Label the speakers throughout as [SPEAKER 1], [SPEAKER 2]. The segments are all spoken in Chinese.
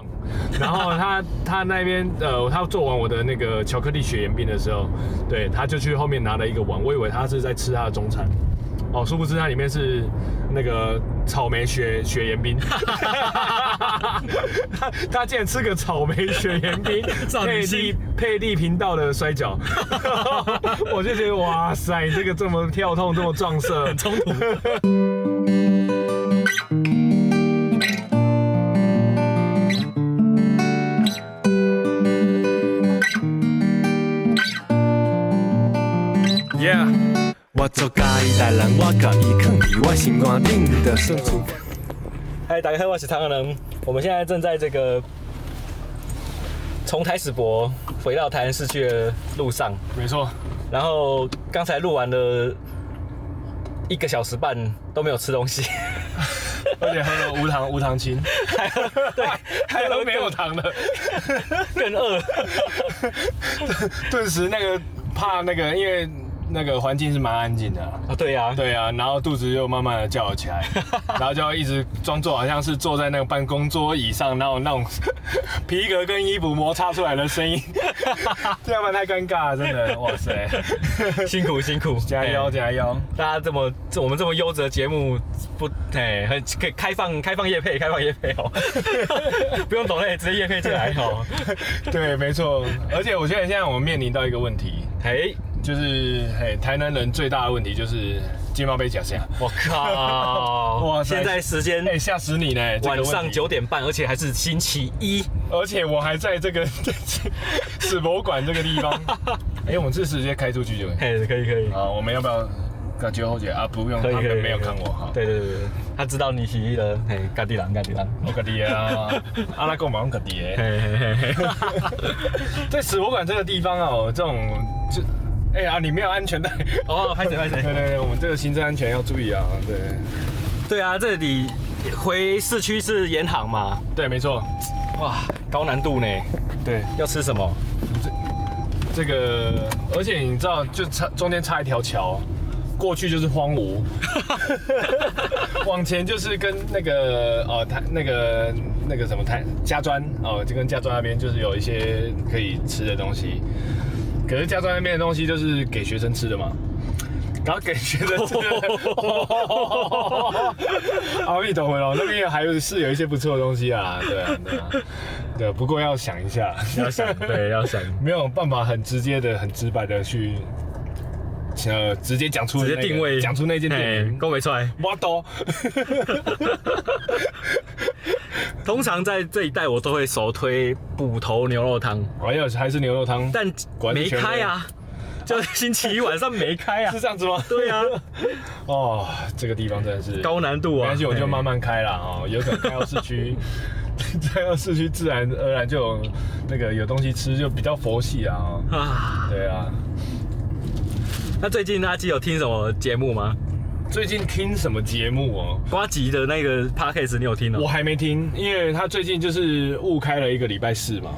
[SPEAKER 1] 然后他他那边呃，他做完我的那个巧克力雪盐冰的时候，对，他就去后面拿了一个碗，我以为他是在吃他的中餐，哦，殊不知它里面是那个草莓雪雪盐冰， 他他竟然吃个草莓雪盐冰
[SPEAKER 2] 少
[SPEAKER 1] 配
[SPEAKER 2] 女
[SPEAKER 1] 力
[SPEAKER 2] 心
[SPEAKER 1] 配力频道的摔跤， 我就觉得哇塞，这个这么跳痛，这么撞色，
[SPEAKER 2] 很冲突。
[SPEAKER 3] Yeah，我做介意
[SPEAKER 2] 嗯
[SPEAKER 3] 大人，我甲伊藏伫我心肝顶，就算出。
[SPEAKER 2] 嗨，大家好，我是唐人。我们现在正在这个从台史博回到台南市区的路上，
[SPEAKER 1] 没错，
[SPEAKER 2] 然后刚才录完了一个小时半都没有吃东西，
[SPEAKER 1] 而且喝了无糖无糖青，
[SPEAKER 2] 对，
[SPEAKER 1] 还喝没有糖的，
[SPEAKER 2] 更饿。
[SPEAKER 1] 顿时那个怕那个，因为那个环境是蛮安静的啊、
[SPEAKER 2] 啊，对啊，
[SPEAKER 1] 对啊，然后肚子又慢慢的叫了起 来，然后就要一直装作好像是坐在那个办公桌椅上，然后那种 皮革跟衣服摩擦出来的声 音，这样不然太尴尬了，真的，哇 塞，
[SPEAKER 2] 辛苦辛苦，
[SPEAKER 1] 加油
[SPEAKER 2] 哎
[SPEAKER 1] 加油！
[SPEAKER 2] 大家这么这我们这么优质的节目，不哎很可以开放开放夜配，开放夜配哦， 不用懂嘞，直接夜配进来哦。
[SPEAKER 1] 对，没错，而且我觉得现在我们面临到一个问题，
[SPEAKER 2] 哎，
[SPEAKER 1] 就是嘿，台南人最大的问题就是金毛被假象，
[SPEAKER 2] 我靠！
[SPEAKER 1] 哇塞
[SPEAKER 2] 现在时间
[SPEAKER 1] 哎，吓死你呢！这个
[SPEAKER 2] 晚
[SPEAKER 1] 问题
[SPEAKER 2] 上九点半，而且还是星期一。
[SPEAKER 1] 而且我还在这个 史博馆这个地方。 哎、我们这直接开出去就可以。
[SPEAKER 2] 嘿，可以可以，
[SPEAKER 1] 好，我们要不要感觉后姐啊？不用，
[SPEAKER 2] 可
[SPEAKER 1] 啊他
[SPEAKER 2] 以可
[SPEAKER 1] 们
[SPEAKER 2] 以。
[SPEAKER 1] 没有
[SPEAKER 2] 可以
[SPEAKER 1] 看我哈。
[SPEAKER 2] 对对对对，他知道你起义了。嘿，干地狼干地狼。
[SPEAKER 1] 我个爹 啊，阿拉够忙个爹。
[SPEAKER 2] 嘿嘿 嘿嘿，
[SPEAKER 1] 在史博馆这个地方哦，这种就哎呀、你没有安全带。
[SPEAKER 2] 哦，拍谁拍
[SPEAKER 1] 对
[SPEAKER 2] 谁？
[SPEAKER 1] 对对，我们这个行政安全要注意啊。对
[SPEAKER 2] 对啊，这里回市区是盐行嘛？
[SPEAKER 1] 对，没错。
[SPEAKER 2] 哇，高难度呢。
[SPEAKER 1] 对，
[SPEAKER 2] 要吃什么？
[SPEAKER 1] 这个，而且你知道，就差中间插一条桥，过去就是荒芜，往前就是跟那个呃台那个那个什么台家专哦，就跟家专那边就是有一些可以吃的东西，可是家专那边的东西就是给学生吃的嘛。然后给学生吃的， 阿弥陀佛哦，那边还有是有一些不错的东西啊，对啊，对啊，对啊，不过要想一下，
[SPEAKER 2] 要想，对，要想，
[SPEAKER 1] 没有办法很直接的、很直白的去，呃，直接讲出、
[SPEAKER 2] 直
[SPEAKER 1] 那
[SPEAKER 2] 接
[SPEAKER 1] 个
[SPEAKER 2] 定位，
[SPEAKER 1] 讲出那间店
[SPEAKER 2] 嘿
[SPEAKER 1] 名。
[SPEAKER 2] 勾没出来。
[SPEAKER 1] 我懂，
[SPEAKER 2] 通常在这一带，我都会首推捕头牛肉汤，
[SPEAKER 1] 还有还是牛肉汤，
[SPEAKER 2] 但
[SPEAKER 1] 果然
[SPEAKER 2] 没
[SPEAKER 1] 是全部
[SPEAKER 2] 开啊，就星期一晚上没 开啊
[SPEAKER 1] 是。这样子吗？
[SPEAKER 2] 对啊，
[SPEAKER 1] 哦，这个地方真的是
[SPEAKER 2] 高难度
[SPEAKER 1] 没
[SPEAKER 2] 啊。
[SPEAKER 1] 关系，我就
[SPEAKER 2] 嘿
[SPEAKER 1] 慢慢开啦哦，有可能开到市 区，开到市区自然而然就有那个有东西吃，就比较佛系啊、哦。
[SPEAKER 2] 啊。
[SPEAKER 1] 对啊，
[SPEAKER 2] 那最近阿基有听什么节目吗？
[SPEAKER 1] 最近听什么节目哦？
[SPEAKER 2] 瓜吉的那个 podcast 你有听
[SPEAKER 1] 我
[SPEAKER 2] 哦？
[SPEAKER 1] 还没听，因为他最近就是误开了一个礼拜四嘛，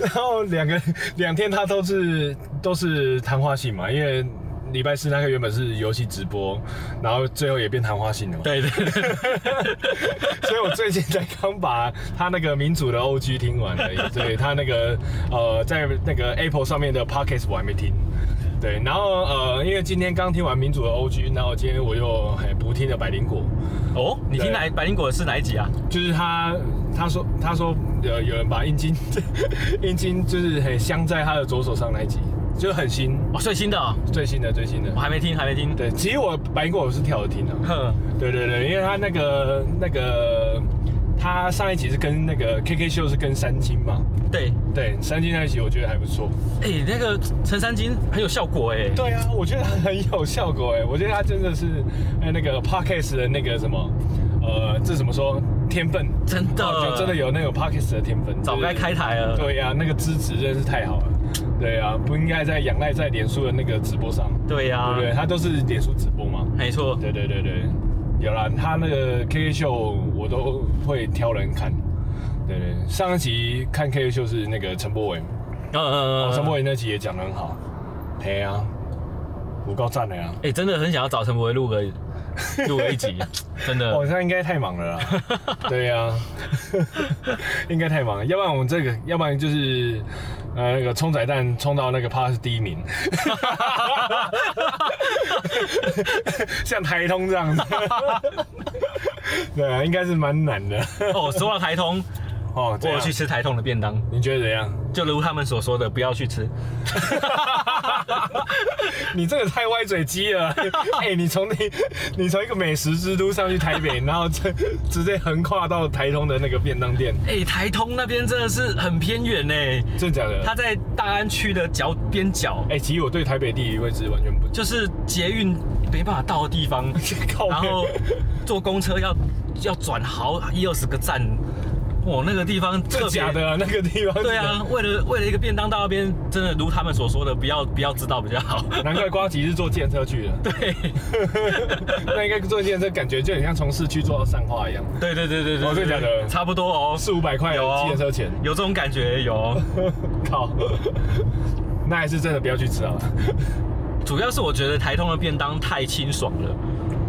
[SPEAKER 1] 然后两个两天他都是都是谈话性嘛，因为礼拜四那个原本是游戏直播，然后最后也变谈话性了嘛，
[SPEAKER 2] 对对 对，
[SPEAKER 1] 所以我最近才刚把他那个民主的 OG 听完而已，对他那个呃在那个 Apple 上面的 Podcast 我还没听。对，然后呃，因为今天刚听完民主的 OG，然后今天我又还补听了百灵果，
[SPEAKER 2] 哦，你听哪百灵果是哪一集啊？
[SPEAKER 1] 就是他他说他说呃有人把阴茎 阴茎就是很镶在他的左手上那一集，就很新，
[SPEAKER 2] 哦，最新的哦，
[SPEAKER 1] 最新的最新的
[SPEAKER 2] 我。还没听，还没听。
[SPEAKER 1] 对，其实我白果我是跳着听的、
[SPEAKER 2] 哼，
[SPEAKER 1] 对对对，因为他那个那个他上一集是跟那个 KK 秀是跟三金嘛，
[SPEAKER 2] 对，
[SPEAKER 1] 对，三金那一集我觉得还不错。
[SPEAKER 2] 哎，那个陈三金很有效果哎。
[SPEAKER 1] 对啊，我觉得很有效果哎，我觉得他真的是哎那个 podcast 的那个什么，呃，这怎么说天分？
[SPEAKER 2] 真的
[SPEAKER 1] 哦就真的有那个 podcast 的天分，
[SPEAKER 2] 早该
[SPEAKER 1] 就是
[SPEAKER 2] 开台 了
[SPEAKER 1] 对呀、那个资质真是太好了。对啊，不应该在仰赖在脸书的那个直播上，
[SPEAKER 2] 对
[SPEAKER 1] 对
[SPEAKER 2] 呀
[SPEAKER 1] 不，对？他都是脸书直播嘛。
[SPEAKER 2] 没错。
[SPEAKER 1] 对对对对，有啦，他那个 K K 秀我都会挑人看。对对，上一集看 K K 秀是那个陈柏伟，
[SPEAKER 2] 嗯嗯
[SPEAKER 1] 哦
[SPEAKER 2] 嗯。
[SPEAKER 1] 陈柏伟那集也讲得很好。嘿啊，我高赞的呀。
[SPEAKER 2] 哎，真的很想要找陈柏惟录个录了一集，真的
[SPEAKER 1] 哦，他应该太忙了啦。 对呀、 应该太忙了，要不然我们这个，要不然就是呃那个冲仔蛋冲到那个 pass 第一名， 像台通这样子。 对啊，应该是蛮难的。
[SPEAKER 2] 哦。说到台通，
[SPEAKER 1] 哦，
[SPEAKER 2] 我
[SPEAKER 1] 这
[SPEAKER 2] 有
[SPEAKER 1] 样
[SPEAKER 2] 去吃台通的便当，
[SPEAKER 1] 你觉得怎样？
[SPEAKER 2] 就如他们所说的，不要去吃。
[SPEAKER 1] 你这个太歪嘴鸡了！ 哎、你从你你从一个美食之都上去台北，然后这直接横跨到台东的那个便当店，
[SPEAKER 2] 哎、台通那边真的是很偏远呢，
[SPEAKER 1] 真的假的？
[SPEAKER 2] 它在大安区的角边角，
[SPEAKER 1] 哎、其实我对台北地理位置完全不知，
[SPEAKER 2] 就是捷运没办法到的地方，
[SPEAKER 1] 靠北
[SPEAKER 2] 然后坐公车要要转好一二十个站，哇，那个地方特
[SPEAKER 1] 这
[SPEAKER 2] 别
[SPEAKER 1] 假的啊，那个地方。
[SPEAKER 2] 对啊，，为了为了一个便当到那边，真的如他们所说的，不要不要知道比较 好。
[SPEAKER 1] 难怪瓜吉是坐电车去的。
[SPEAKER 2] 对
[SPEAKER 1] 那应该坐电车，感觉就很像从市区坐到上化一样，
[SPEAKER 2] 对对对对对，
[SPEAKER 1] 哦真的假的
[SPEAKER 2] 差不多哦，
[SPEAKER 1] 四五百块
[SPEAKER 2] 有哦
[SPEAKER 1] 的电车钱，
[SPEAKER 2] 有这种感觉有。
[SPEAKER 1] 靠！那还是真的不要去吃好了。
[SPEAKER 2] 主要是我觉得台通的便当太清爽了，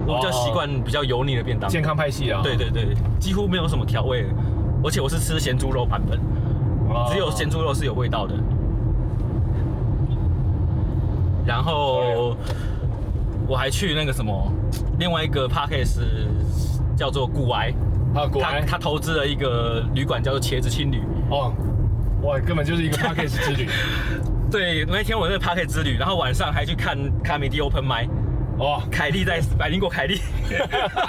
[SPEAKER 2] 我比较
[SPEAKER 1] 哦
[SPEAKER 2] 习惯比较油腻的便当。
[SPEAKER 1] 健康派系啊，
[SPEAKER 2] 对对对，几乎没有什么调味，而且我是吃咸猪肉版本，
[SPEAKER 1] 哦，
[SPEAKER 2] 只有咸猪肉是有味道的。然后我还去那个什么，另外一个 p a c k a g e 叫做古癌，
[SPEAKER 1] 啊，果
[SPEAKER 2] 他
[SPEAKER 1] 然
[SPEAKER 2] 他投资了一个旅馆叫做茄子青旅。
[SPEAKER 1] 哦，哇，根本就是一个 p a c k a g e 之 旅。
[SPEAKER 2] 对，那天我那个 p a c k a g e 之旅，然后晚上还去看卡米蒂 Open m i
[SPEAKER 1] 哇，
[SPEAKER 2] 凯莉在百灵果凯莉。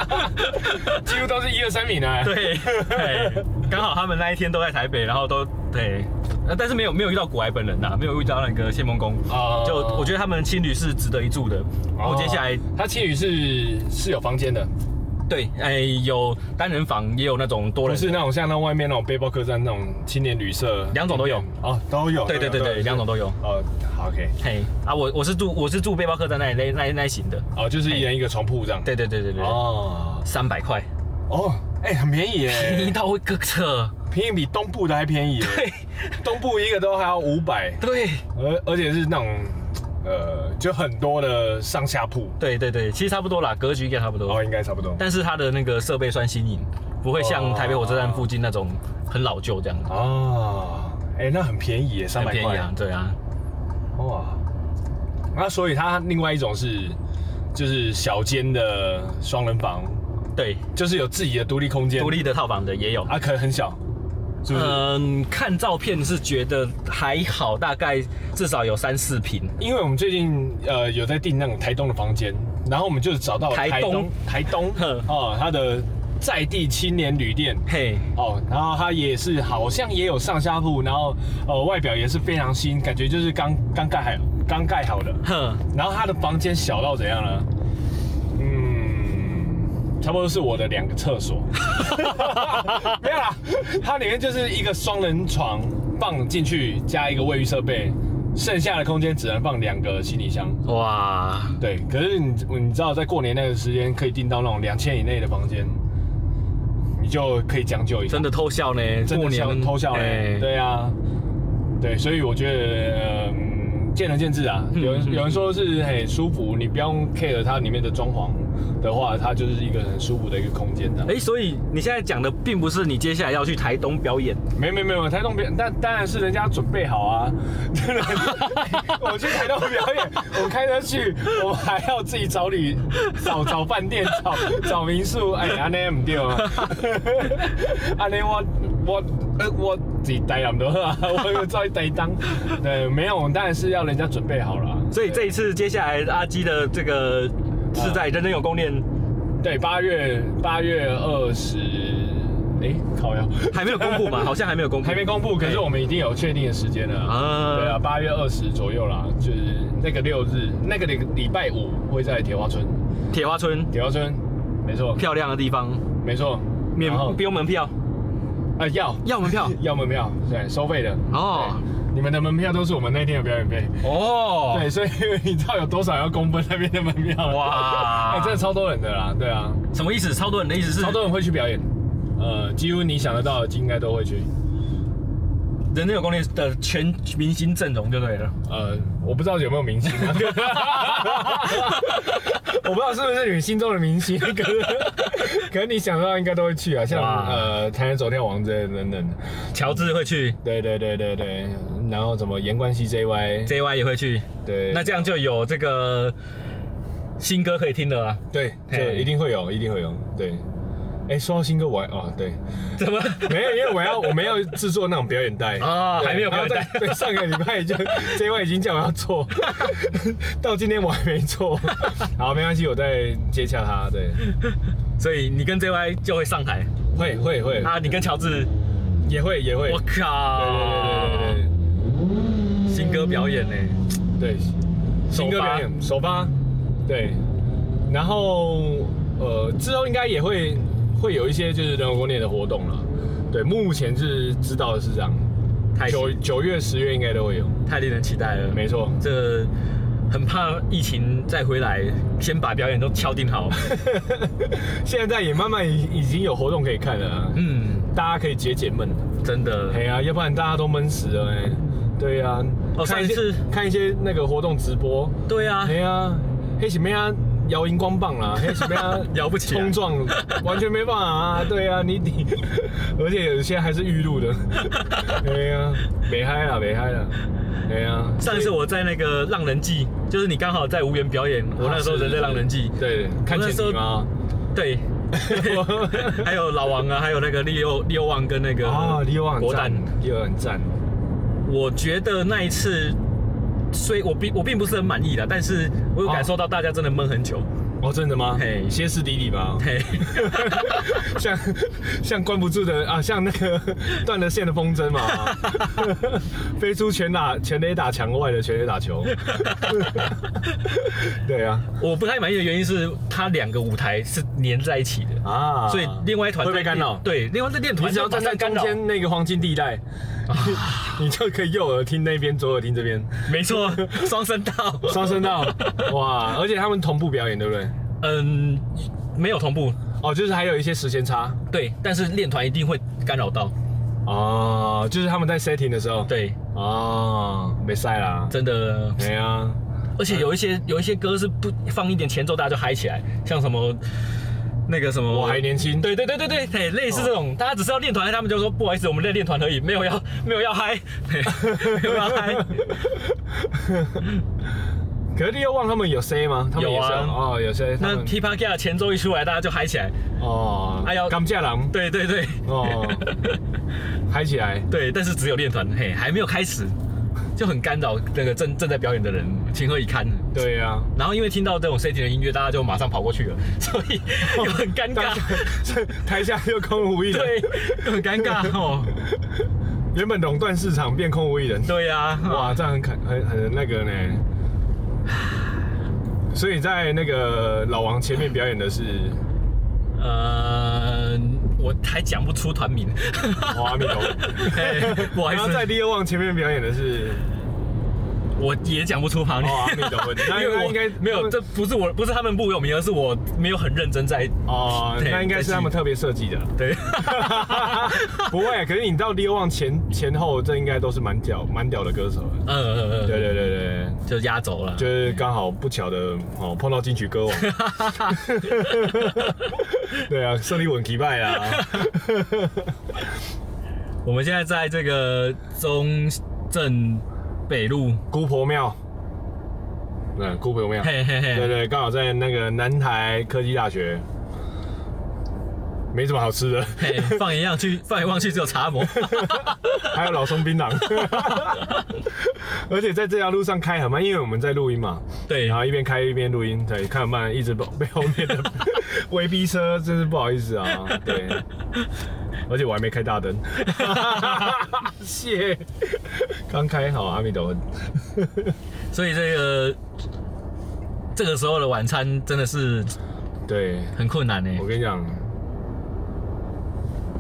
[SPEAKER 1] 几乎都是一二三名啊的。，
[SPEAKER 2] 对，哎刚好他们那一天都在台北，然后都对，呃但是没有没有遇到古埃本人呐、没有遇到那个谢梦工。
[SPEAKER 1] 啊
[SPEAKER 2] 就我觉
[SPEAKER 1] 得
[SPEAKER 2] 得他们青旅是值得一住的。然
[SPEAKER 1] 哦
[SPEAKER 2] 后接下来，
[SPEAKER 1] 他青旅是是有房间的，
[SPEAKER 2] 对，哎，有单人房，也有那种多
[SPEAKER 1] 不
[SPEAKER 2] 人，
[SPEAKER 1] 是那种像那外面那种背包客栈那种青年旅社，
[SPEAKER 2] 两种都有。
[SPEAKER 1] 哦，都有。
[SPEAKER 2] 对对对对，两种。都有。
[SPEAKER 1] 哦，好，OK。
[SPEAKER 2] 嘿，啊，我我是住我是住背包客栈那一类那一那一型的。
[SPEAKER 1] 哦，就是一人一个床铺这样。
[SPEAKER 2] 对对对对对，
[SPEAKER 1] 哦
[SPEAKER 2] 三百块，
[SPEAKER 1] 哦，哎，很便宜
[SPEAKER 2] 便宜
[SPEAKER 1] 耶，
[SPEAKER 2] 到会咯扯。
[SPEAKER 1] 便宜比东部的还便宜耶。
[SPEAKER 2] 对
[SPEAKER 1] 东部一个都还要五百，
[SPEAKER 2] 对
[SPEAKER 1] 而而且是那种呃，就很多的上下铺。
[SPEAKER 2] 对对对，其实差不多啦，格局应该差不多。
[SPEAKER 1] 哦，应该差不多。
[SPEAKER 2] 但是它的那个设备算新颖，不会像台北火车站附近那种很老旧这样子，
[SPEAKER 1] 哦，哎，那很便宜耶，三
[SPEAKER 2] 很
[SPEAKER 1] 百
[SPEAKER 2] 便
[SPEAKER 1] 块
[SPEAKER 2] 宜。啊，对啊，
[SPEAKER 1] 哇，那所以它另外一种是，就是小间的双人房，
[SPEAKER 2] 对，
[SPEAKER 1] 就是有自己的独立空间，
[SPEAKER 2] 独立的套房的也有。
[SPEAKER 1] 啊，可能很小，是不是？
[SPEAKER 2] 嗯，看照片是觉得还好，大概至少有三四平。
[SPEAKER 1] 因为我们最近呃有在订那种台东的房间，然后我们就找到
[SPEAKER 2] 台东
[SPEAKER 1] 台东
[SPEAKER 2] 哼
[SPEAKER 1] 哦，它的在地青年旅店。
[SPEAKER 2] 嘿，
[SPEAKER 1] 哦，然后它也是好像也有上下铺，然后呃外表也是非常新，感觉就是刚刚盖好刚盖好的。
[SPEAKER 2] 哼，
[SPEAKER 1] 然后他的房间小到怎样呢？嗯，差不多是我的两个厕所。 没有啦，它里面就是一个双人床放进去，加一个卫浴设备，剩下的空间只能放两个行李箱。
[SPEAKER 2] 哇，
[SPEAKER 1] 对，可是你你知道，在过年那个时间可以订到那种两千以内的房间，你就可以将就一下。
[SPEAKER 2] 真的偷笑呢，
[SPEAKER 1] 真
[SPEAKER 2] 过
[SPEAKER 1] 的
[SPEAKER 2] 年
[SPEAKER 1] 笑偷笑嘞、
[SPEAKER 2] 哎
[SPEAKER 1] 对啊，对，所以我觉得，呃嗯，见仁见智啊。有
[SPEAKER 2] 嗯
[SPEAKER 1] 人有人说是很舒服，你不用 care 它里面的装潢的话，它就是一个很舒服的一个空间啊的。
[SPEAKER 2] 哎、所以你现在讲的并不是你接下来要去台东表演，
[SPEAKER 1] 没没没有，台东表，但当然是人家准备好啊。 真的，我去台东表演，我开车去，我还要自己找旅，找找饭店，找找民宿。哎，安尼唔对啊， 安尼我我呃我自己待唔到啊，我又再待当。对，没有，当然是要人家准备好了。
[SPEAKER 2] 所以这一次接下来阿基的这个是
[SPEAKER 1] 啊
[SPEAKER 2] 在人人有宫殿，
[SPEAKER 1] 对八月八月二十，哎，靠呀，
[SPEAKER 2] 还没有公布 嘛？好像还没有公布，
[SPEAKER 1] 还没公布，可是我们已经有确定的时间了
[SPEAKER 2] 啊
[SPEAKER 1] 对啊，八月二十左右啦，就是那个六日，那个礼礼拜五会在铁花村。
[SPEAKER 2] 铁花村
[SPEAKER 1] 铁花村，没错，
[SPEAKER 2] 漂亮的地方，
[SPEAKER 1] 没错，
[SPEAKER 2] 免
[SPEAKER 1] 然后
[SPEAKER 2] 不用门票，
[SPEAKER 1] 啊要
[SPEAKER 2] 要门票
[SPEAKER 1] 要门票，对，收费的。
[SPEAKER 2] 哦
[SPEAKER 1] 对，你们的门票都是我们那天的表演费。
[SPEAKER 2] 哦，
[SPEAKER 1] 对，所以 你知道有多少要公分那边的门票了？
[SPEAKER 2] 哇
[SPEAKER 1] 哎，真的超多人的啦，对啊，
[SPEAKER 2] 什么意思？超多人的意思是
[SPEAKER 1] 超多人会去表演，呃，几乎你想得到的应该都会去。
[SPEAKER 2] 人人有攻略的全明星阵容就对了。
[SPEAKER 1] 呃，我不知道有没有明星、啊， 我不知道是不是你心中的明星，可是 可是你想到应该都会去啊，像
[SPEAKER 2] 哇
[SPEAKER 1] 呃《台南走跳王》这等等的，
[SPEAKER 2] 乔治会去
[SPEAKER 1] 对对对对对，然后什么言关系 JY，
[SPEAKER 2] ，JY 也会去，
[SPEAKER 1] 对，
[SPEAKER 2] 那这样就有这个新歌可以听了啊。
[SPEAKER 1] 对，这
[SPEAKER 2] 嘿
[SPEAKER 1] 一定会有，一定会有，对。哎，说到新歌，我还哦，对，
[SPEAKER 2] 怎么？
[SPEAKER 1] 没有，因为我要我们要制作那种表演带
[SPEAKER 2] 哦
[SPEAKER 1] 对
[SPEAKER 2] 还没有
[SPEAKER 1] 然后
[SPEAKER 2] 表演
[SPEAKER 1] 在对，上个礼拜 就 JY 已经叫我要做， 到今天我还没 做。好，没关系，我再接洽他。对，
[SPEAKER 2] 所以你跟 JY 就会上台
[SPEAKER 1] 会会会，
[SPEAKER 2] 啊，你跟乔治，
[SPEAKER 1] 也会也会。
[SPEAKER 2] 我靠，
[SPEAKER 1] 对
[SPEAKER 2] 新歌表演呢、
[SPEAKER 1] 对对对对对，新歌表演首发，对，然后呃之后应该也会会有一些就是人偶攻略的活动了。对，目前是知道的是这样，
[SPEAKER 2] 太
[SPEAKER 1] 九九月十月应该都会有。
[SPEAKER 2] 太令人期待了。
[SPEAKER 1] 没错，
[SPEAKER 2] 这很怕疫情再回来，先把表演都敲定好。
[SPEAKER 1] 现在也慢慢已已经有活动可以看了啊、
[SPEAKER 2] 嗯，
[SPEAKER 1] 大家可以解解闷。
[SPEAKER 2] 真的
[SPEAKER 1] 哎呀、要不然大家都闷死了哎、对呀、
[SPEAKER 2] 哦
[SPEAKER 1] 看
[SPEAKER 2] 上
[SPEAKER 1] 一
[SPEAKER 2] 一
[SPEAKER 1] 些
[SPEAKER 2] 次
[SPEAKER 1] 看一些那个活动直播，
[SPEAKER 2] 对啊
[SPEAKER 1] 哎，呀，黑喜妹啊，摇荧光棒
[SPEAKER 2] ，
[SPEAKER 1] 啦，黑喜妹啊
[SPEAKER 2] 摇不起来
[SPEAKER 1] 冲撞完全没办法啊，对啊，你你，而且有些还是预录 的，对呀，没嗨啦，没嗨啦，对啊呀，
[SPEAKER 2] 上一次我在那个浪人记，就是你刚好在无缘表演，
[SPEAKER 1] 啊
[SPEAKER 2] 我那时候人在浪人记，
[SPEAKER 1] 对，看
[SPEAKER 2] 那
[SPEAKER 1] 见
[SPEAKER 2] 时候
[SPEAKER 1] 你吗？
[SPEAKER 2] 对， 还有老王啊，还有那个利佑利佑旺跟那个
[SPEAKER 1] 啊，李友很
[SPEAKER 2] 国
[SPEAKER 1] 赞
[SPEAKER 2] 蛋，，
[SPEAKER 1] 李友很赞，
[SPEAKER 2] 我觉得那一次。虽我并我并不是很满意啦，但是我有感受到大家真的闷很久，
[SPEAKER 1] 哦，真的吗？
[SPEAKER 2] 嘿
[SPEAKER 1] 歇斯底里吧，
[SPEAKER 2] 嘿，
[SPEAKER 1] 像像关不住的啊，像那个断了线的风筝嘛， 飞出全打全垒打墙外的全垒打球， 对啊
[SPEAKER 2] 我不太满意的原因是它两个舞台是粘在一起的，
[SPEAKER 1] 啊，
[SPEAKER 2] 所以另外一团
[SPEAKER 1] 会
[SPEAKER 2] 在
[SPEAKER 1] 被干扰，
[SPEAKER 2] 对，另外这练
[SPEAKER 1] 你
[SPEAKER 2] 团
[SPEAKER 1] 只要
[SPEAKER 2] 就马
[SPEAKER 1] 站在
[SPEAKER 2] 上干
[SPEAKER 1] 中
[SPEAKER 2] 扰，
[SPEAKER 1] 间那个黄金地带， 你就可以右耳听那边，左耳听这边，
[SPEAKER 2] 没错， 双声道，
[SPEAKER 1] 双声道，哇！而且他们同步表演，对不对？
[SPEAKER 2] 嗯，没有同步，
[SPEAKER 1] 哦，就是还有一些时间差
[SPEAKER 2] 对，但是练团一定会干扰到，
[SPEAKER 1] 哦，就是他们在 setting 的时候，
[SPEAKER 2] 对，
[SPEAKER 1] 哦，没赛啦，
[SPEAKER 2] 真的，
[SPEAKER 1] 对啊，
[SPEAKER 2] 而且有一些有一些歌是不放一点前奏，大家就嗨起来，像什么那个什么，
[SPEAKER 1] 我还哦年轻，
[SPEAKER 2] 对对对对对，嘿，类似这种，大家只是要练团，他们就说不好意思，我们在练团而已，没有要 没有要嗨，嘿没有要 嗨，
[SPEAKER 1] 可是利又旺他们有 C 吗？他们也是
[SPEAKER 2] 有啊
[SPEAKER 1] 哦，有 C 他
[SPEAKER 2] 那
[SPEAKER 1] 们。
[SPEAKER 2] t i p a k a 前奏一出来，大家就嗨起来，
[SPEAKER 1] 哦，
[SPEAKER 2] 哎呦
[SPEAKER 1] 甘蔗郎
[SPEAKER 2] 对对对
[SPEAKER 1] 哦， 嗨起来
[SPEAKER 2] 对，但是只有练团，嘿，还没有开始，就很干扰那个正正在表演的人，情何以堪？
[SPEAKER 1] 对呀、啊。
[SPEAKER 2] 然后因为听到这种 C T 的音乐，大家就马上跑过去了， 所以又很尴
[SPEAKER 1] 哦当
[SPEAKER 2] 尬
[SPEAKER 1] 下，台下又空无一人，
[SPEAKER 2] 对，又很尴尬哦。
[SPEAKER 1] 原本垄断市场变空无一人，
[SPEAKER 2] 对啊呀、哇，
[SPEAKER 1] 哇，这样很肯很很那个呢。所以在那个老王前面表演的是
[SPEAKER 2] 呃，我还讲不出团名，
[SPEAKER 1] 哦阿弥陀佛，
[SPEAKER 2] 嘿不好意
[SPEAKER 1] 然后在
[SPEAKER 2] 思，
[SPEAKER 1] 第二旺前面表演的是
[SPEAKER 2] 我也讲不出旁
[SPEAKER 1] 哦
[SPEAKER 2] 名。
[SPEAKER 1] 阿弥陀佛，
[SPEAKER 2] 因
[SPEAKER 1] 那
[SPEAKER 2] 为
[SPEAKER 1] 那
[SPEAKER 2] 我
[SPEAKER 1] 应该
[SPEAKER 2] 没有，这不是我，不是他们不有名，而是我没有很认真在。
[SPEAKER 1] 哦，
[SPEAKER 2] 对
[SPEAKER 1] 那应该是他们特别设计的。
[SPEAKER 2] 对，
[SPEAKER 1] 不会，可是你到 Leo 前前后，这应该都是蛮屌蛮屌的歌手了。
[SPEAKER 2] 嗯嗯 嗯
[SPEAKER 1] 对
[SPEAKER 2] 嗯，
[SPEAKER 1] 对对对，
[SPEAKER 2] 就压轴了。
[SPEAKER 1] 就是刚好不巧的哦，碰到金曲歌王。 对啊，胜利稳击败啊！
[SPEAKER 2] 我们现在在这个中正北路，
[SPEAKER 1] 姑婆庙，嗯，姑婆庙，
[SPEAKER 2] 嘿嘿
[SPEAKER 1] 对
[SPEAKER 2] 嘿，
[SPEAKER 1] 对，刚好在那个南台科技大学，没什么好吃的，
[SPEAKER 2] 嘿，放眼望去，放眼望去只有茶魔。
[SPEAKER 1] 还有老松槟榔， 而且在这条路上开很慢，因为我们在录音嘛，
[SPEAKER 2] 对
[SPEAKER 1] 然，后一边开一边录音，对，看慢，一直被被后面 的威逼车，真是不好意思啊，对，而且我还没开大 灯，谢，刚开好，阿弥陀佛，
[SPEAKER 2] 所以这个这个时候的晚餐真的是
[SPEAKER 1] 对
[SPEAKER 2] 很困难呢。欸
[SPEAKER 1] 我跟你讲，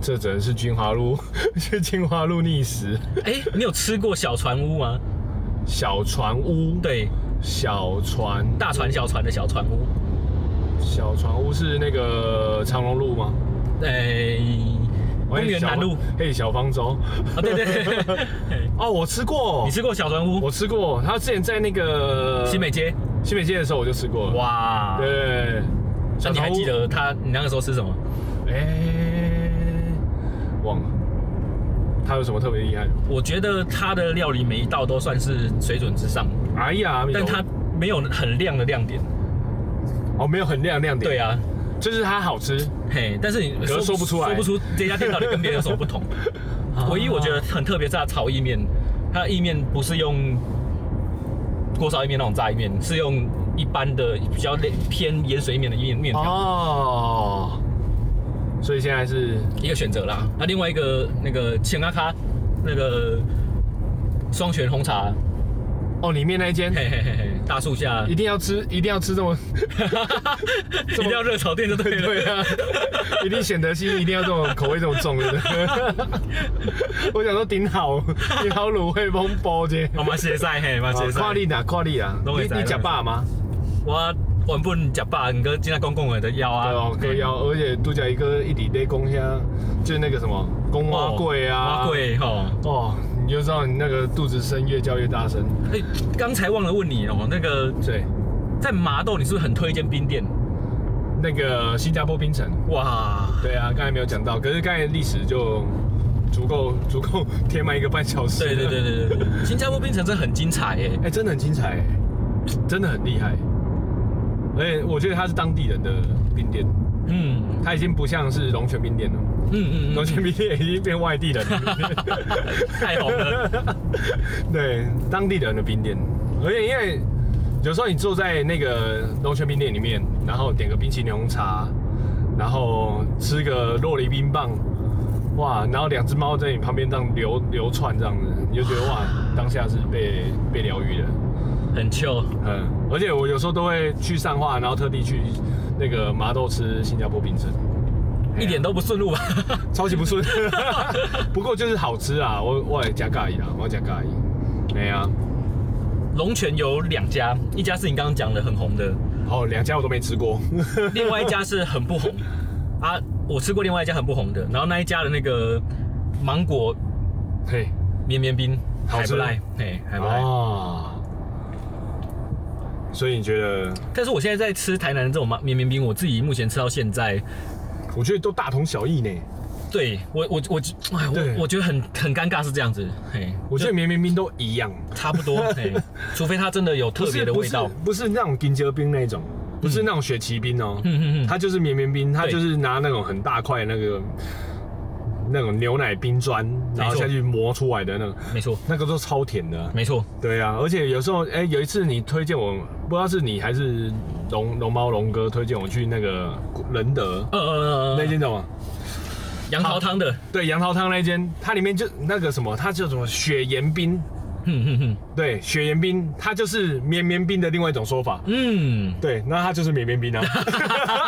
[SPEAKER 1] 这只能是金华路，去金华路觅食，
[SPEAKER 2] 哎、你有吃过小船屋吗？
[SPEAKER 1] 小船屋，，
[SPEAKER 2] 对，
[SPEAKER 1] 小船
[SPEAKER 2] 大船小船的小船屋。
[SPEAKER 1] 小船屋是那个长隆路吗？
[SPEAKER 2] 哎、公园南路
[SPEAKER 1] 嘿，小方舟。
[SPEAKER 2] 啊，对对对，对 嘿
[SPEAKER 1] 哦，我吃过，
[SPEAKER 2] 你吃过小船屋
[SPEAKER 1] 我？吃过，他之前在那个
[SPEAKER 2] 新美街？
[SPEAKER 1] 新美街的时候我就吃过了。哇，
[SPEAKER 2] 哇，
[SPEAKER 1] 对，
[SPEAKER 2] 那你还记得他？你那个时候吃什么？
[SPEAKER 1] 哎、忘了，它有什么特别厉害的？
[SPEAKER 2] 我觉得他的料理每一道都算是水准之上，
[SPEAKER 1] 哎呀，
[SPEAKER 2] 但
[SPEAKER 1] 有
[SPEAKER 2] 他没有很亮的亮点。
[SPEAKER 1] 哦没有很亮亮点，
[SPEAKER 2] 对，啊，
[SPEAKER 1] 就是它好吃，
[SPEAKER 2] 嘿，但是你
[SPEAKER 1] 可是说不出来啊
[SPEAKER 2] 说不出这家店到底跟别人有什么不 同。唯一我觉得很特别是它的炒意面，它的意面不是用锅烧意面那种炸意面，是用一般的比较类偏盐水面的面面
[SPEAKER 1] 啊
[SPEAKER 2] 条、
[SPEAKER 1] 哦，所以现在是
[SPEAKER 2] 一个选择啦。那另外一个那个千阿咖那个双泉红茶，
[SPEAKER 1] 哦，里面那一间
[SPEAKER 2] 嘿嘿嘿嘿，大树 下
[SPEAKER 1] 一定要吃，一定要吃这么
[SPEAKER 2] 一定要热炒店就对 了。
[SPEAKER 1] 对啊，一定选择性一定要这种口味这么重 的。我想说顶好，顶好卤味风煲街。
[SPEAKER 2] 我嘛写晒嘿，嘛写晒。
[SPEAKER 1] 跨力呐，跨力啊！
[SPEAKER 2] 都可以
[SPEAKER 1] 你你假爸吗？
[SPEAKER 2] 我原本食饱，毋过今仔讲讲话就枵
[SPEAKER 1] 对
[SPEAKER 2] 啊。
[SPEAKER 1] 哦，哥要，而且杜家一个一底在公虾，就是那个什么
[SPEAKER 2] 哦
[SPEAKER 1] 公蛙贵啊，
[SPEAKER 2] 花贵吼。
[SPEAKER 1] 哦，你就知道你那个肚子声越叫越大声。
[SPEAKER 2] 哎、刚才忘了问你哦，那个
[SPEAKER 1] 对，
[SPEAKER 2] 在麻豆，你是不是很推荐冰店？
[SPEAKER 1] 那个新加坡冰城，
[SPEAKER 2] 哇，
[SPEAKER 1] 对啊，刚才没有讲到，可是刚才历史就足够足够 填满一个半小时。
[SPEAKER 2] 对对对对对对，新加坡冰城真的很精彩哎。
[SPEAKER 1] 哎、真的很精彩欸，真的很厉害。而且我觉得他是当地人的冰店，
[SPEAKER 2] 嗯
[SPEAKER 1] 他已经不像是龙泉冰店了，
[SPEAKER 2] 嗯嗯
[SPEAKER 1] 龙
[SPEAKER 2] 嗯，
[SPEAKER 1] 泉冰店已经变外地人了。
[SPEAKER 2] 太好了。
[SPEAKER 1] 对，当地人的冰店，而且因为有时候你坐在那个龙泉冰店里面，然后点个冰淇淋红茶，然后吃个洛梨冰棒，哇，然后两只猫在你旁边这样流流窜这样子，你就觉得哇，当下是被被疗愈的。
[SPEAKER 2] 很 chill，
[SPEAKER 1] 嗯，而且我有时候都会去上化，然后特地去那个麻豆吃新加坡冰城，
[SPEAKER 2] 一点都不顺路吧？啊
[SPEAKER 1] 超级不顺， 不过就是好吃啊！我我也加咖喱啦，我加咖喱。哎呀、
[SPEAKER 2] 龙泉有两家，一家是你刚刚讲的很红的，
[SPEAKER 1] 哦，两家我都没吃 过。
[SPEAKER 2] 另外一家是很不红啊。我吃过另外一家很不红的，然后那一家的那个芒果
[SPEAKER 1] 嘿，
[SPEAKER 2] 绵绵冰，
[SPEAKER 1] 好
[SPEAKER 2] 还
[SPEAKER 1] 吃
[SPEAKER 2] 不赖，哦嘿，还不赖。
[SPEAKER 1] 啊，所以你觉得？
[SPEAKER 2] 但是我现在在吃台南的这种麻绵绵冰，我自己目前吃到现在，
[SPEAKER 1] 我觉得都大同小异呢。
[SPEAKER 2] 对我我我哎
[SPEAKER 1] 对
[SPEAKER 2] 我我觉得很很尴尬是这样子，嘿，
[SPEAKER 1] 我觉得绵绵冰都一样，
[SPEAKER 2] 差不多，嘿，除非它真的有特别的
[SPEAKER 1] 不
[SPEAKER 2] 味
[SPEAKER 1] 是
[SPEAKER 2] 道，嗯
[SPEAKER 1] 不是那种冰结冰那种，不是那种雪奇冰哦。
[SPEAKER 2] 嗯嗯嗯，
[SPEAKER 1] 它就是绵绵冰，它
[SPEAKER 2] 对
[SPEAKER 1] 就是拿那种很大块那个那种牛奶冰砖，然后
[SPEAKER 2] 没错
[SPEAKER 1] 下去磨出来的那个，
[SPEAKER 2] 嗯没错
[SPEAKER 1] 那个都超甜的。
[SPEAKER 2] 没错，
[SPEAKER 1] 对啊，而且有时候，哎、有一次你推荐我，不知道是你还是龙龙猫龙哥推荐我去那个仁德、
[SPEAKER 2] 呃呃
[SPEAKER 1] 那
[SPEAKER 2] 呃，
[SPEAKER 1] 间叫什么？
[SPEAKER 2] 杨桃汤的，
[SPEAKER 1] 对，杨桃汤那间，它里面就那个什么，它叫什么雪盐冰。
[SPEAKER 2] 嗯嗯嗯
[SPEAKER 1] 对，雪盐冰，它就是绵绵冰的另外一种说法。
[SPEAKER 2] 嗯，
[SPEAKER 1] 对，那它就是绵绵冰啊。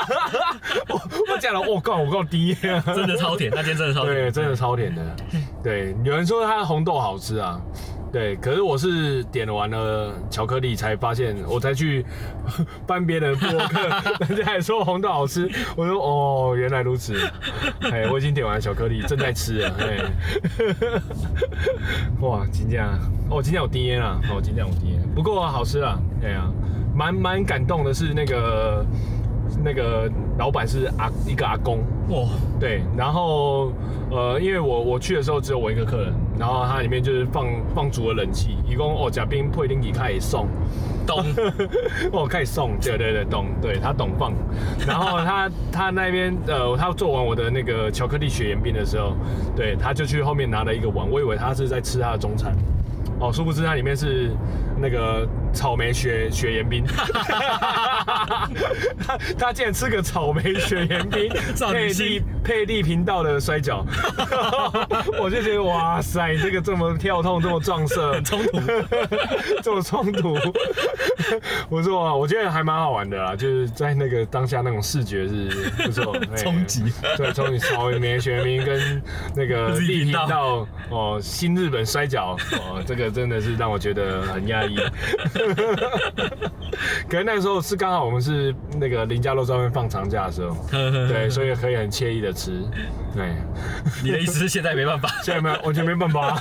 [SPEAKER 1] 我我讲了，我告我告低。
[SPEAKER 2] 真的超甜，那间真的超甜，
[SPEAKER 1] 对，真的超甜的。对，有人说它的红豆好吃啊，对，可是我是点完了巧克力才发现，我才去 搬别人布洛 克，人家还说红豆好吃，我说哦，原来如此。哎，我已经点完了巧克力，正在吃了。哎， 哇，今天啊，哦，今天有 D N 啊，哦，今天有 D N，不过、啊、好吃啊，对啊，蛮蛮感动的是那个那个老板是阿一个阿公。
[SPEAKER 2] 哇，
[SPEAKER 1] 对，然后呃，因为我我去的时候只有我一个客人，然后它里面就是放放足了冷气，一共哦，贾冰破一定给开始送，
[SPEAKER 2] 懂，
[SPEAKER 1] 哦开始送，对对对，懂，对他懂放，然后他他那边呃，他做完我的那个巧克力雪盐冰的时候，对，他就去后面拿了一个碗，我以为他是在吃他的中餐，哦，殊不知它里面是那个草莓雪雪盐冰。 他他竟然吃个草莓雪盐冰
[SPEAKER 2] 少，女
[SPEAKER 1] 佩
[SPEAKER 2] 心
[SPEAKER 1] 蒂佩蒂频道的摔跤， 我就觉得哇塞，你这个这么跳痛，这么撞 色，
[SPEAKER 2] 很冲突，
[SPEAKER 1] 这么冲突，不错啊，我觉得还蛮好玩的啦，就是在那个当下那种视觉是不 错，哎
[SPEAKER 2] 冲击，
[SPEAKER 1] 对，冲击草莓雪盐冰跟那个
[SPEAKER 2] 自己
[SPEAKER 1] 力
[SPEAKER 2] 频
[SPEAKER 1] 频
[SPEAKER 2] 道
[SPEAKER 1] 道哦，新日本摔跤哦， 这个真的是让我觉得很压抑。 可能那个时候是刚好我们是那个林家肉专门放长假的时候，
[SPEAKER 2] 呵呵呵
[SPEAKER 1] 对，所以可以很惬意的吃。对，
[SPEAKER 2] 你的意思是现在没办法？
[SPEAKER 1] 现在没有完全没办法，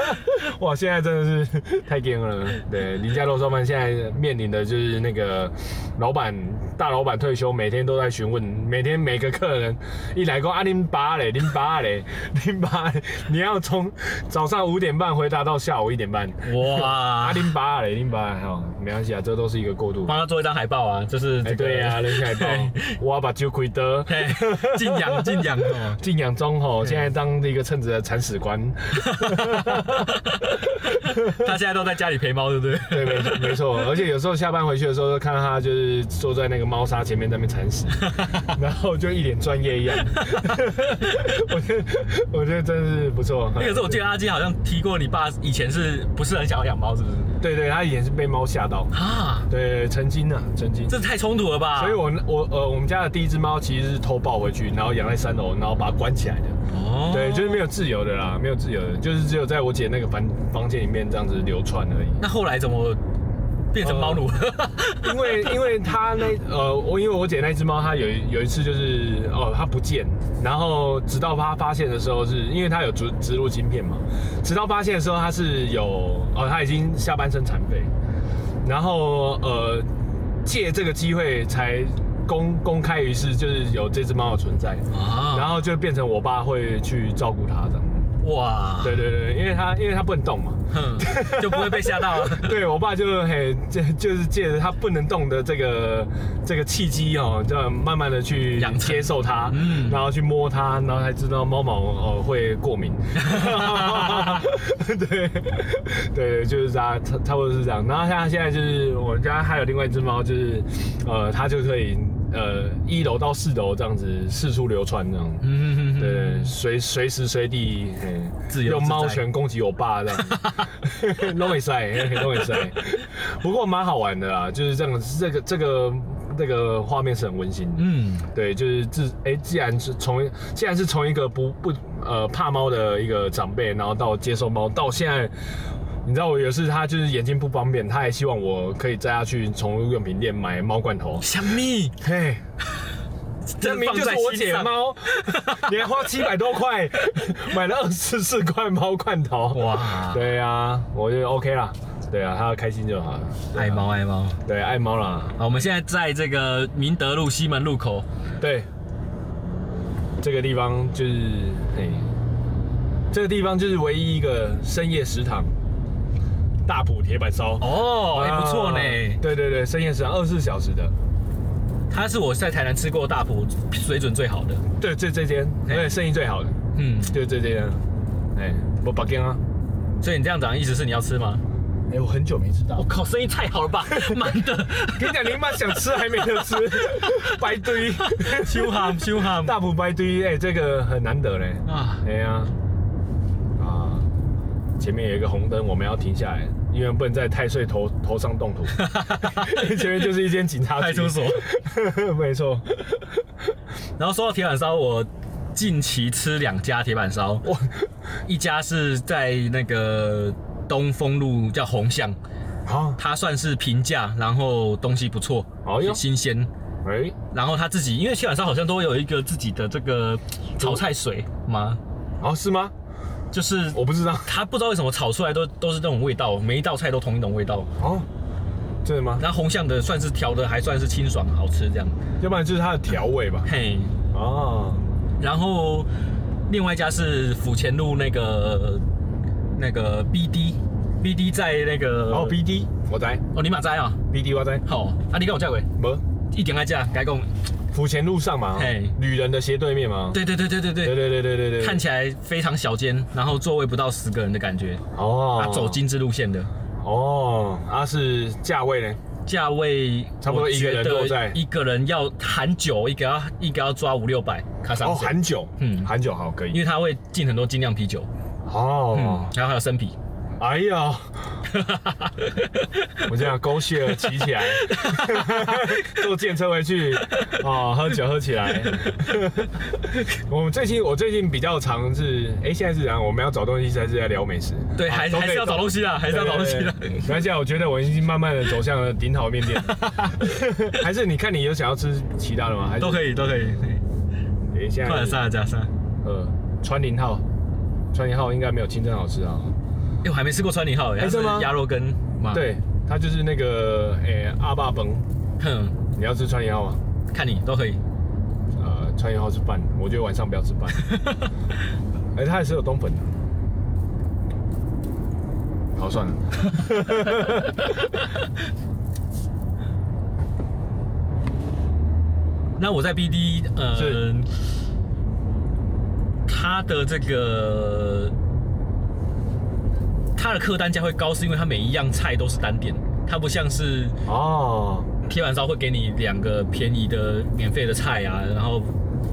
[SPEAKER 1] 哇，现在真的是太 g 了。对，林家肉烧饭现在面临的就是那个老板大老板退休，每天都在询问，每天每个客人一来说啊零八嘞，零八嘞， 零八，你要从早上五点半回答到下午一点半。啊
[SPEAKER 2] 哇，
[SPEAKER 1] 零八嘞，零八好，没关系啊，这都是一个过渡。
[SPEAKER 2] 帮他做一张海报啊，就是
[SPEAKER 1] 哎、
[SPEAKER 2] 这个
[SPEAKER 1] 对呀、啊，人家 也报，我把酒亏得。
[SPEAKER 2] 嘿，敬仰敬仰哦。
[SPEAKER 1] 敬仰中吼，现在当一个称职的铲屎官，
[SPEAKER 2] 他现在都在家里陪猫，对不对？
[SPEAKER 1] 对，没没错。而且有时候下班回去的时候，看到他就是坐在那个猫砂前面在那边铲 屎，然后就一脸专业一样。 我觉得我觉得真是不错。
[SPEAKER 2] 那个时候我记得阿金好像提过，你爸以前是不是很想要养猫，是不是？
[SPEAKER 1] 对对，他以前是被猫吓到，
[SPEAKER 2] 啊，
[SPEAKER 1] 对，曾经啊，曾经。
[SPEAKER 2] 这啊太冲突了吧？
[SPEAKER 1] 所以我我呃，我们家的第一只猫其实是偷抱回去，然后养在三楼，然后把它关起来的。
[SPEAKER 2] 哦
[SPEAKER 1] 对，就是没有自由的啦，没有自由的，就是只有在我姐那个房房间里面这样子流窜而已。
[SPEAKER 2] 那后来怎么变成猫奴？
[SPEAKER 1] 呃因为因为他那呃，我因为我姐那只猫，它有一有一次就是哦，它不见，然后直到它发现的时候是，因为它有植植入晶片嘛，直到发现的时候它是有哦，它已经下半身残废，然后呃，借这个机会才公公开于世，就是有这只猫的存在，然
[SPEAKER 2] 啊，
[SPEAKER 1] 后就变成我爸会去照顾它这样。
[SPEAKER 2] 哇，
[SPEAKER 1] 对对对，因为它因为它不能动嘛，
[SPEAKER 2] 哼，就不会被吓到 了。
[SPEAKER 1] 对我爸就嘿，就就是借着他不能动的这个这个契机哦，就慢慢的去
[SPEAKER 2] 养成
[SPEAKER 1] 接受它，
[SPEAKER 2] 嗯
[SPEAKER 1] 然后去摸它，然后才知道猫毛哦会过 敏。对对，就是差差差不多是这样。然后像现在就是我们家还有另外一只猫，就是呃，它就可以呃一楼到四楼这样子四处流窜这样。
[SPEAKER 2] 嗯，
[SPEAKER 1] 对，随随时随地，嘿
[SPEAKER 2] 自由
[SPEAKER 1] 用
[SPEAKER 2] 自在
[SPEAKER 1] 猫拳攻击我爸这样， 都没塞，都没塞。不过蛮好玩的啦，就是这样，这个这个这个画面是很温馨的。
[SPEAKER 2] 嗯，
[SPEAKER 1] 对，就是自哎、既然是从既然是从一个不不呃怕猫的一个长辈，然后到接受猫，到现在，你知道我有一次他就是眼睛不方便，他还希望我可以带他去宠物用品店买猫罐头。
[SPEAKER 2] 香蜜，
[SPEAKER 1] 嘿，这
[SPEAKER 2] 这
[SPEAKER 1] 明明就是我姐的猫， 你还花七百多块 买了二十四块猫罐头。
[SPEAKER 2] 哇，
[SPEAKER 1] 对啊，我觉得 OK 啦。对啊，他开心就好了。
[SPEAKER 2] 爱
[SPEAKER 1] 啊
[SPEAKER 2] 猫爱猫。
[SPEAKER 1] 对，爱猫啦。
[SPEAKER 2] 好，我们现在在这个明德路西门路口，
[SPEAKER 1] 对，这个地方就是，哎，这个地方就是唯一一个深夜食堂，大埔铁板烧。
[SPEAKER 2] 哦，还
[SPEAKER 1] 啊
[SPEAKER 2] 不错呢。
[SPEAKER 1] 对对对，深夜食堂二十四小时的。
[SPEAKER 2] 它是我在台南吃过大埔水准最好的。
[SPEAKER 1] 对，这这间，
[SPEAKER 2] 嘿
[SPEAKER 1] 对，生意最好的，
[SPEAKER 2] 嗯，
[SPEAKER 1] 就这间。哎，我北京啊。
[SPEAKER 2] 所以你这样讲，意思是你要吃吗？
[SPEAKER 1] 哎，我很久没吃到
[SPEAKER 2] 我。哦靠，生意太好了吧，妈的，
[SPEAKER 1] 跟你讲，你妈想吃还没得吃， 白堆，
[SPEAKER 2] 修ham 修 ham
[SPEAKER 1] 大埔白堆，哎、这个很难得嘞。
[SPEAKER 2] 啊！
[SPEAKER 1] 哎呀、啊，前面有一个红灯，我们要停下来，因为不能在太岁头头上 动土。前面就是一间警察局
[SPEAKER 2] 派出所，
[SPEAKER 1] 没错。
[SPEAKER 2] 然后说到铁板烧，我近期吃两家铁板烧，
[SPEAKER 1] 哇，
[SPEAKER 2] 一家是在那个东风路叫红巷，
[SPEAKER 1] 啊，
[SPEAKER 2] 它算是平价，然后东西不错，
[SPEAKER 1] 哦哟
[SPEAKER 2] 新鲜。
[SPEAKER 1] 哎、
[SPEAKER 2] 然后他自己，因为铁板烧好像都有一个自己的这个炒菜水嘛，
[SPEAKER 1] 哦，是吗？
[SPEAKER 2] 就是
[SPEAKER 1] 我不知道。
[SPEAKER 2] 他不知道为什么炒出来都都是这种味道，每一道菜都同一种味道。
[SPEAKER 1] 哦，真的吗？
[SPEAKER 2] 那红巷的算是调的还算是清爽好吃这样，
[SPEAKER 1] 要不然就是它的调味吧。
[SPEAKER 2] 嘿。
[SPEAKER 1] 哦，
[SPEAKER 2] 然后另外一家是府前路那个那个 BD。B D 在那个
[SPEAKER 1] 然后 BD 我在
[SPEAKER 2] 哦，你马在啊，
[SPEAKER 1] ，BD 我在，
[SPEAKER 2] 好啊，你跟我价位
[SPEAKER 1] 没，
[SPEAKER 2] 一点爱价，改讲，
[SPEAKER 1] 府前路上嘛
[SPEAKER 2] 嘿，
[SPEAKER 1] 女人的斜对面嘛。
[SPEAKER 2] 对对对对对
[SPEAKER 1] 对
[SPEAKER 2] 对，
[SPEAKER 1] 对对对对对，
[SPEAKER 2] 看起来非常小间，然后座位不到十个人的感觉，
[SPEAKER 1] 哦，
[SPEAKER 2] 啊，走精致路线的，
[SPEAKER 1] 哦，啊是价位呢？
[SPEAKER 2] 价位
[SPEAKER 1] 差不多
[SPEAKER 2] 我
[SPEAKER 1] 一个人
[SPEAKER 2] 觉得
[SPEAKER 1] 落在
[SPEAKER 2] 一个人要含酒，一个要一个要抓五六百，卡上
[SPEAKER 1] 哦，含酒，
[SPEAKER 2] 嗯
[SPEAKER 1] 嗯，含酒好可
[SPEAKER 2] 因
[SPEAKER 1] 以。
[SPEAKER 2] 为它会进很多精酿啤酒，嗯
[SPEAKER 1] 哦，，
[SPEAKER 2] 然后还有生啤，
[SPEAKER 1] 哎 呀，我这样狗血骑 起来，坐电车回去，哦，喝酒喝起来。我们最近我最近比较常是，哎，现在是怎样？我们要找东西，还是在聊美食？啊
[SPEAKER 2] 对，
[SPEAKER 1] 哦
[SPEAKER 2] 还还是要找东
[SPEAKER 1] 西。
[SPEAKER 2] 西啦，还是要找东西啦。
[SPEAKER 1] 而啊且我觉得我已经慢慢的走向了顶好面 店，还是你看你有想要吃其他的吗？还是
[SPEAKER 2] 都可以，都可以。
[SPEAKER 1] 诶现在
[SPEAKER 2] 快点上来加上。
[SPEAKER 1] 呃，川林号，川林号应该没有清蒸好吃啊。
[SPEAKER 2] 因哎为我还没吃过川林号，它
[SPEAKER 1] 哎
[SPEAKER 2] 是
[SPEAKER 1] 真的吗
[SPEAKER 2] 鸭肉羹嘛。，
[SPEAKER 1] 对，它就是那个诶、阿爸崩，
[SPEAKER 2] 哼，
[SPEAKER 1] 你要吃川林号吗？
[SPEAKER 2] 看你都 可以。
[SPEAKER 1] 呃，川林号是半，我觉得晚上不要吃 半。哎、它也是有冬粉的。好，算了。
[SPEAKER 2] 那我在 BD，呃
[SPEAKER 1] 是，
[SPEAKER 2] 它的这个它的客单价会高，是因为它每一样菜都是单点，它不像是
[SPEAKER 1] 哦，
[SPEAKER 2] 铁板烧会给你两个便宜的免费的菜啊，然后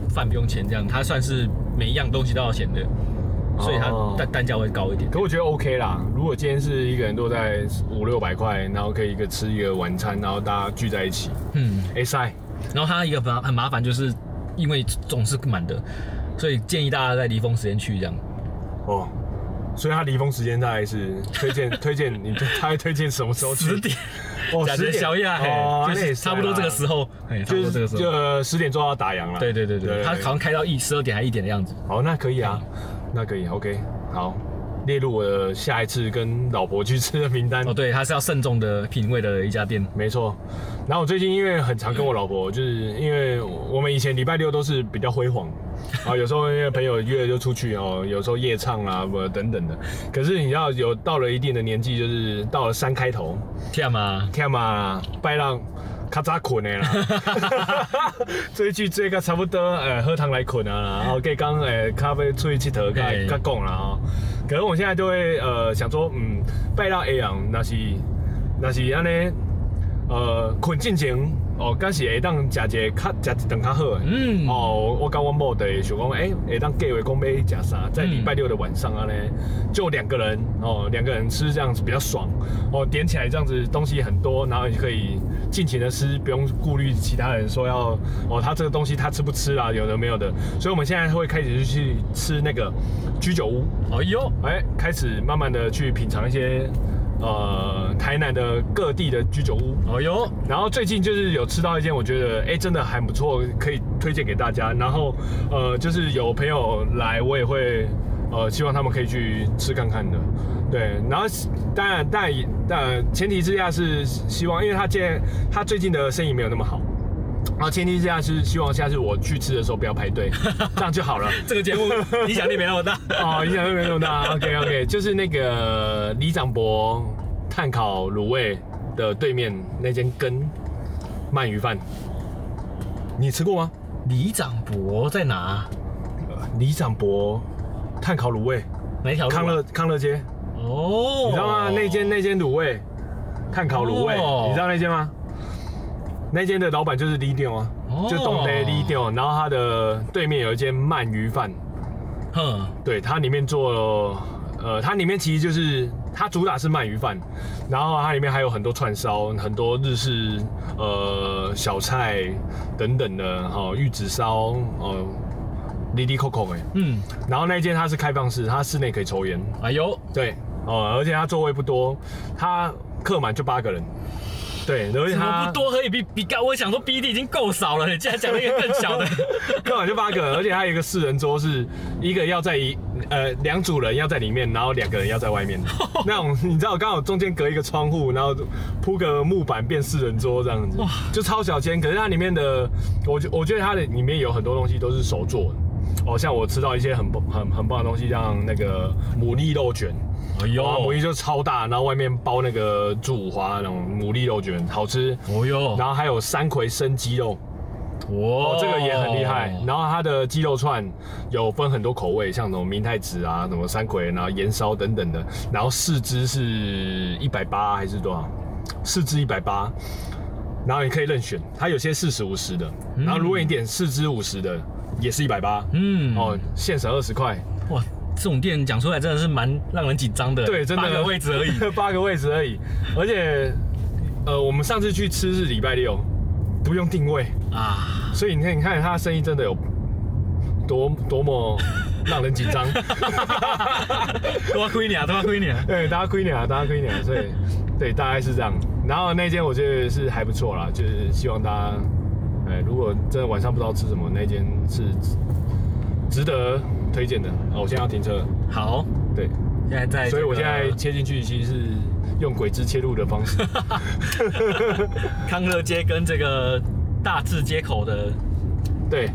[SPEAKER 2] 饭不用钱这样，它算是每一样东西都要钱的，所以它
[SPEAKER 1] 哦
[SPEAKER 2] 单单价会高一点。
[SPEAKER 1] 可我觉得 OK 啦。如果今天是一个人都在五六百块，然后可以一个吃一个晚餐，然后大家聚在一起，
[SPEAKER 2] 嗯，
[SPEAKER 1] 哎塞，
[SPEAKER 2] 然后它一个麻很麻烦，就是因为总是满的，所以建议大家在离峰时间去这样。
[SPEAKER 1] 哦。所以他离峰时间大概是推荐 推荐你，他还推荐什么时候去？
[SPEAKER 2] 十点，
[SPEAKER 1] 哦，
[SPEAKER 2] 感
[SPEAKER 1] 十
[SPEAKER 2] 觉
[SPEAKER 1] 点
[SPEAKER 2] 宵夜啊，
[SPEAKER 1] 哦，
[SPEAKER 2] 嘿，就是差不多这个时
[SPEAKER 1] 候，
[SPEAKER 2] 候，嘿，差不
[SPEAKER 1] 就
[SPEAKER 2] 多这
[SPEAKER 1] 是
[SPEAKER 2] 个时
[SPEAKER 1] 就
[SPEAKER 2] 候。啊
[SPEAKER 1] 呃十点钟要打烊了。
[SPEAKER 2] 对对对对，
[SPEAKER 1] 对
[SPEAKER 2] 它好像开到一十二点还一点的样子。
[SPEAKER 1] 好，那可以啊，那可以，OK，好，列入我的下一次跟老婆去吃的名单。
[SPEAKER 2] 哦，对，它是要慎重的品味的一家店。
[SPEAKER 1] 没错。然后我最近因为很常跟我老婆，就是因为我们以前礼拜六都是比较辉煌，啊，有时候因为朋友约就出去哦，有时候夜唱啊，不等等的。可是你要有到了一定的年纪，就是到了三开头，
[SPEAKER 2] 天啊，
[SPEAKER 1] 天嘛，拜让咔嚓困的啦，追剧追个差不多，呃，喝汤来困啊啦，然后给刚呃咖啡出去佚佗，
[SPEAKER 2] 嘿
[SPEAKER 1] 甲甲讲啦哦。可能我现在就会呃想说，嗯，拜到 A 样，那是那是安尼，呃，困进前哦，敢是会当食一个较食一顿较好的。
[SPEAKER 2] 嗯，
[SPEAKER 1] 哦，我跟我某的想讲，哎、会当计划讲要食啥，在礼拜六的晚上啊呢，就两个人哦，两个人吃这样子比较爽哦，点起来这样子东西很多，然后你可以尽情的吃，不用顾虑其他人说要哦，他这个东西他吃不吃啦，有的没有的，所以我们现在会开始去吃那个居酒屋，
[SPEAKER 2] 哎呦，
[SPEAKER 1] 哎，开始慢慢的去品尝一些呃台南的各地的居酒屋。
[SPEAKER 2] 哎呦，
[SPEAKER 1] 然后最近就是有吃到一间，我觉得哎、诶真的还不错，可以推荐给大家。然后呃，就是有朋友来，我也会呃，希望他们可以去吃看看的。对，然后当然，但但前提之下是希望，因为他现在他最近的生意没有那么好，然后前提之下是希望下次我去吃的时候不要排队，这样就好了。
[SPEAKER 2] 这个节 目影响力没那么大。
[SPEAKER 1] 哦，影响力没那么大。OK OK，就是那个李长博炭烤卤味的对面那间羹鳗鱼饭，你吃过吗？
[SPEAKER 2] 李长博在哪？
[SPEAKER 1] 李长博炭烤卤味，
[SPEAKER 2] 哪一条路啊？
[SPEAKER 1] 康乐康乐街，
[SPEAKER 2] 哦，
[SPEAKER 1] 你知道吗？那间那间卤味，炭烤卤味，
[SPEAKER 2] 哦
[SPEAKER 1] 你知道那间吗？那间的老板就是李丢啊，
[SPEAKER 2] 哦
[SPEAKER 1] 就懂得李丢，然后他的对面有一间鳗鱼饭，
[SPEAKER 2] 哼，
[SPEAKER 1] 对，它里面做了，呃，它里面其实就是它主打是鳗鱼饭，然后它里面还有很多串烧，很多日式呃小菜等等的，哦，玉子烧，哦，滴滴扣扣哎，
[SPEAKER 2] 嗯，
[SPEAKER 1] 然后那一间它是开放式，它室内可以抽烟，
[SPEAKER 2] 哎呦，
[SPEAKER 1] 对，哦，而且它座位不多，它客满就八个人，对，而且
[SPEAKER 2] 怎么
[SPEAKER 1] 它
[SPEAKER 2] 不多可以比比高？我想说 BD 已经够少了，你竟然讲了一个更小的。
[SPEAKER 1] 根本就八个，而且还有一个四人桌，是一个要在一呃两组人要在里面，然后两个人要在外面，那种你知道刚好中间隔一个窗户，然后铺个木板变四人桌这样子，就超小间。可是它里面的，我觉我觉得它的里面有很多东西都是手做的。哦，像我吃到一些很很很棒的东西，像那个牡蛎肉卷，
[SPEAKER 2] 哎
[SPEAKER 1] 哇，牡蛎就超大，然后外面包那个猪五花那种牡蛎肉卷，好吃。
[SPEAKER 2] 哦呦，
[SPEAKER 1] 然后还有山葵生鸡肉，
[SPEAKER 2] 哦
[SPEAKER 1] 哦，这个也很厉害。然后它的鸡肉串有分很多口味，像什么明太子啊、什么山葵，然后盐烧等等的。然后四只是一百八还是多少？四只一百八。然后你可以任选，它有些四十五十的，然后如果你点四只五十的，也是一百八。
[SPEAKER 2] 嗯，
[SPEAKER 1] 哦，现省二十块，
[SPEAKER 2] 哇，这种店讲出来真的是蛮让人紧张的。
[SPEAKER 1] 对，真的
[SPEAKER 2] 八个位置而已。，
[SPEAKER 1] 八个位置而已。而且，呃，我们上次去吃是礼拜六，不用定位。
[SPEAKER 2] 啊，
[SPEAKER 1] 所以你看，你看他的生意真的有多多么让人紧张。
[SPEAKER 2] 多亏你啊，多亏你啊。
[SPEAKER 1] 对，大家亏点啊，大家亏点啊，所以对，大概是这样。然后那间我觉得是还不错啦，就是希望大家，哎，如果真的晚上不知道吃什么，那间是值得推荐的。哦，我现在要停车了，
[SPEAKER 2] 好，
[SPEAKER 1] 对，
[SPEAKER 2] 现在在这个、
[SPEAKER 1] 所以我现在切进去其实是用鬼子切入的方式。
[SPEAKER 2] 康乐街跟这个大智街口的
[SPEAKER 1] 对，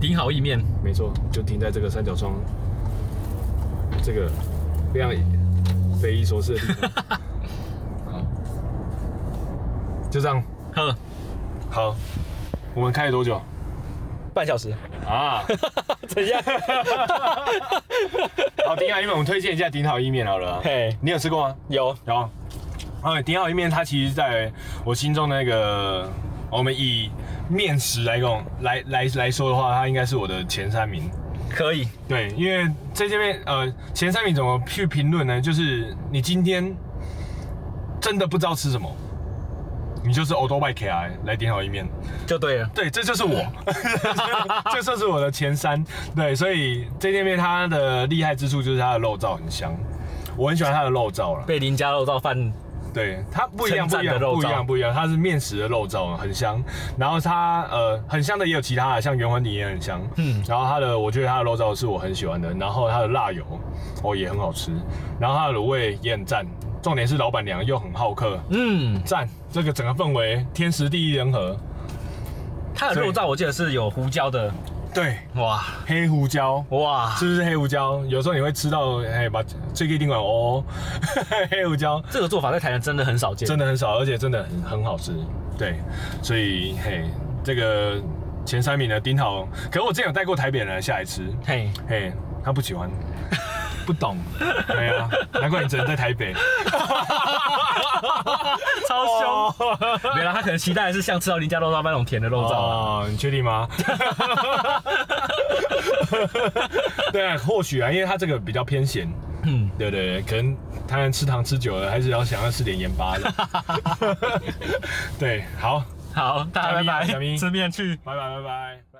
[SPEAKER 2] 顶好意面，
[SPEAKER 1] 没错，就停在这个三角窗，这个非常匪夷所思的地方。好，就这样。
[SPEAKER 2] 呵，
[SPEAKER 1] 好，我们开了多久
[SPEAKER 2] 半小时，
[SPEAKER 1] 啊？
[SPEAKER 2] 怎样？
[SPEAKER 1] 好，鼎好意面，我们推荐一下鼎好意面好了啊。
[SPEAKER 2] 嘿，
[SPEAKER 1] 你有吃过吗？
[SPEAKER 2] 有，
[SPEAKER 1] 有啊。哎，鼎好意面它其实在我心中那个，我们以面食来讲来来来说的话，它应该是我的前三名。
[SPEAKER 2] 可以，
[SPEAKER 1] 对，因为在这边呃，前三名怎么去评论呢？就是你今天真的不知道吃什么，你就是 o d o b y K I 来点好一面。
[SPEAKER 2] 就对了。
[SPEAKER 1] 对，这就是我， 这算是我的前三。对，所以这店面它的厉害之处就是它的肉燥很香，我很喜欢它的肉燥了。
[SPEAKER 2] 被林家肉燥饭
[SPEAKER 1] 对，它不一样，
[SPEAKER 2] 称
[SPEAKER 1] 不
[SPEAKER 2] 赞
[SPEAKER 1] 一
[SPEAKER 2] 的
[SPEAKER 1] 样，
[SPEAKER 2] 肉
[SPEAKER 1] 不一
[SPEAKER 2] 燥
[SPEAKER 1] 样，不一样。它是面食的肉燥，很香。然后它呃，很香的也有其他的，像圆环泥也很香。
[SPEAKER 2] 嗯
[SPEAKER 1] 嗯，然后它的，我觉得它的肉燥是我很喜欢的。然后它的辣油哦也很好吃，然后它的卤味也很赞。重点是老板娘又很好客，
[SPEAKER 2] 嗯，
[SPEAKER 1] 赞！这个整个氛围天时地利人和。
[SPEAKER 2] 它的
[SPEAKER 1] 所以
[SPEAKER 2] 肉燥我记得是有胡椒的，
[SPEAKER 1] 对，
[SPEAKER 2] 哇
[SPEAKER 1] 黑胡椒。
[SPEAKER 2] 哇，
[SPEAKER 1] 是不是黑胡椒？有时候你会吃到，哎，把最给定管哦， 黑胡椒
[SPEAKER 2] 这个做法在台南真的很少见，
[SPEAKER 1] 真的很少，而且真的很很好吃。对，所以嘿，这个前三名的丁好，可是我之前有带过台北人来下来吃，
[SPEAKER 2] 嘿，
[SPEAKER 1] 嘿，他不喜欢，不懂，对啊，难怪你只能在台北。
[SPEAKER 2] 超凶。哦没了，他可能期待的是像吃到林家肉燥饭那种甜的肉燥。
[SPEAKER 1] 哦，你确定吗？对啊，或许啊，因为它这个比较偏咸。
[SPEAKER 2] 嗯
[SPEAKER 1] 嗯，对对对，可能他人吃糖吃久了，还是要想要吃点盐巴的。对，好，
[SPEAKER 2] 好，
[SPEAKER 1] 小
[SPEAKER 2] 大家拜
[SPEAKER 1] 咪啊小
[SPEAKER 2] 拜，
[SPEAKER 1] 咪
[SPEAKER 2] 吃面去。
[SPEAKER 1] 拜拜拜拜。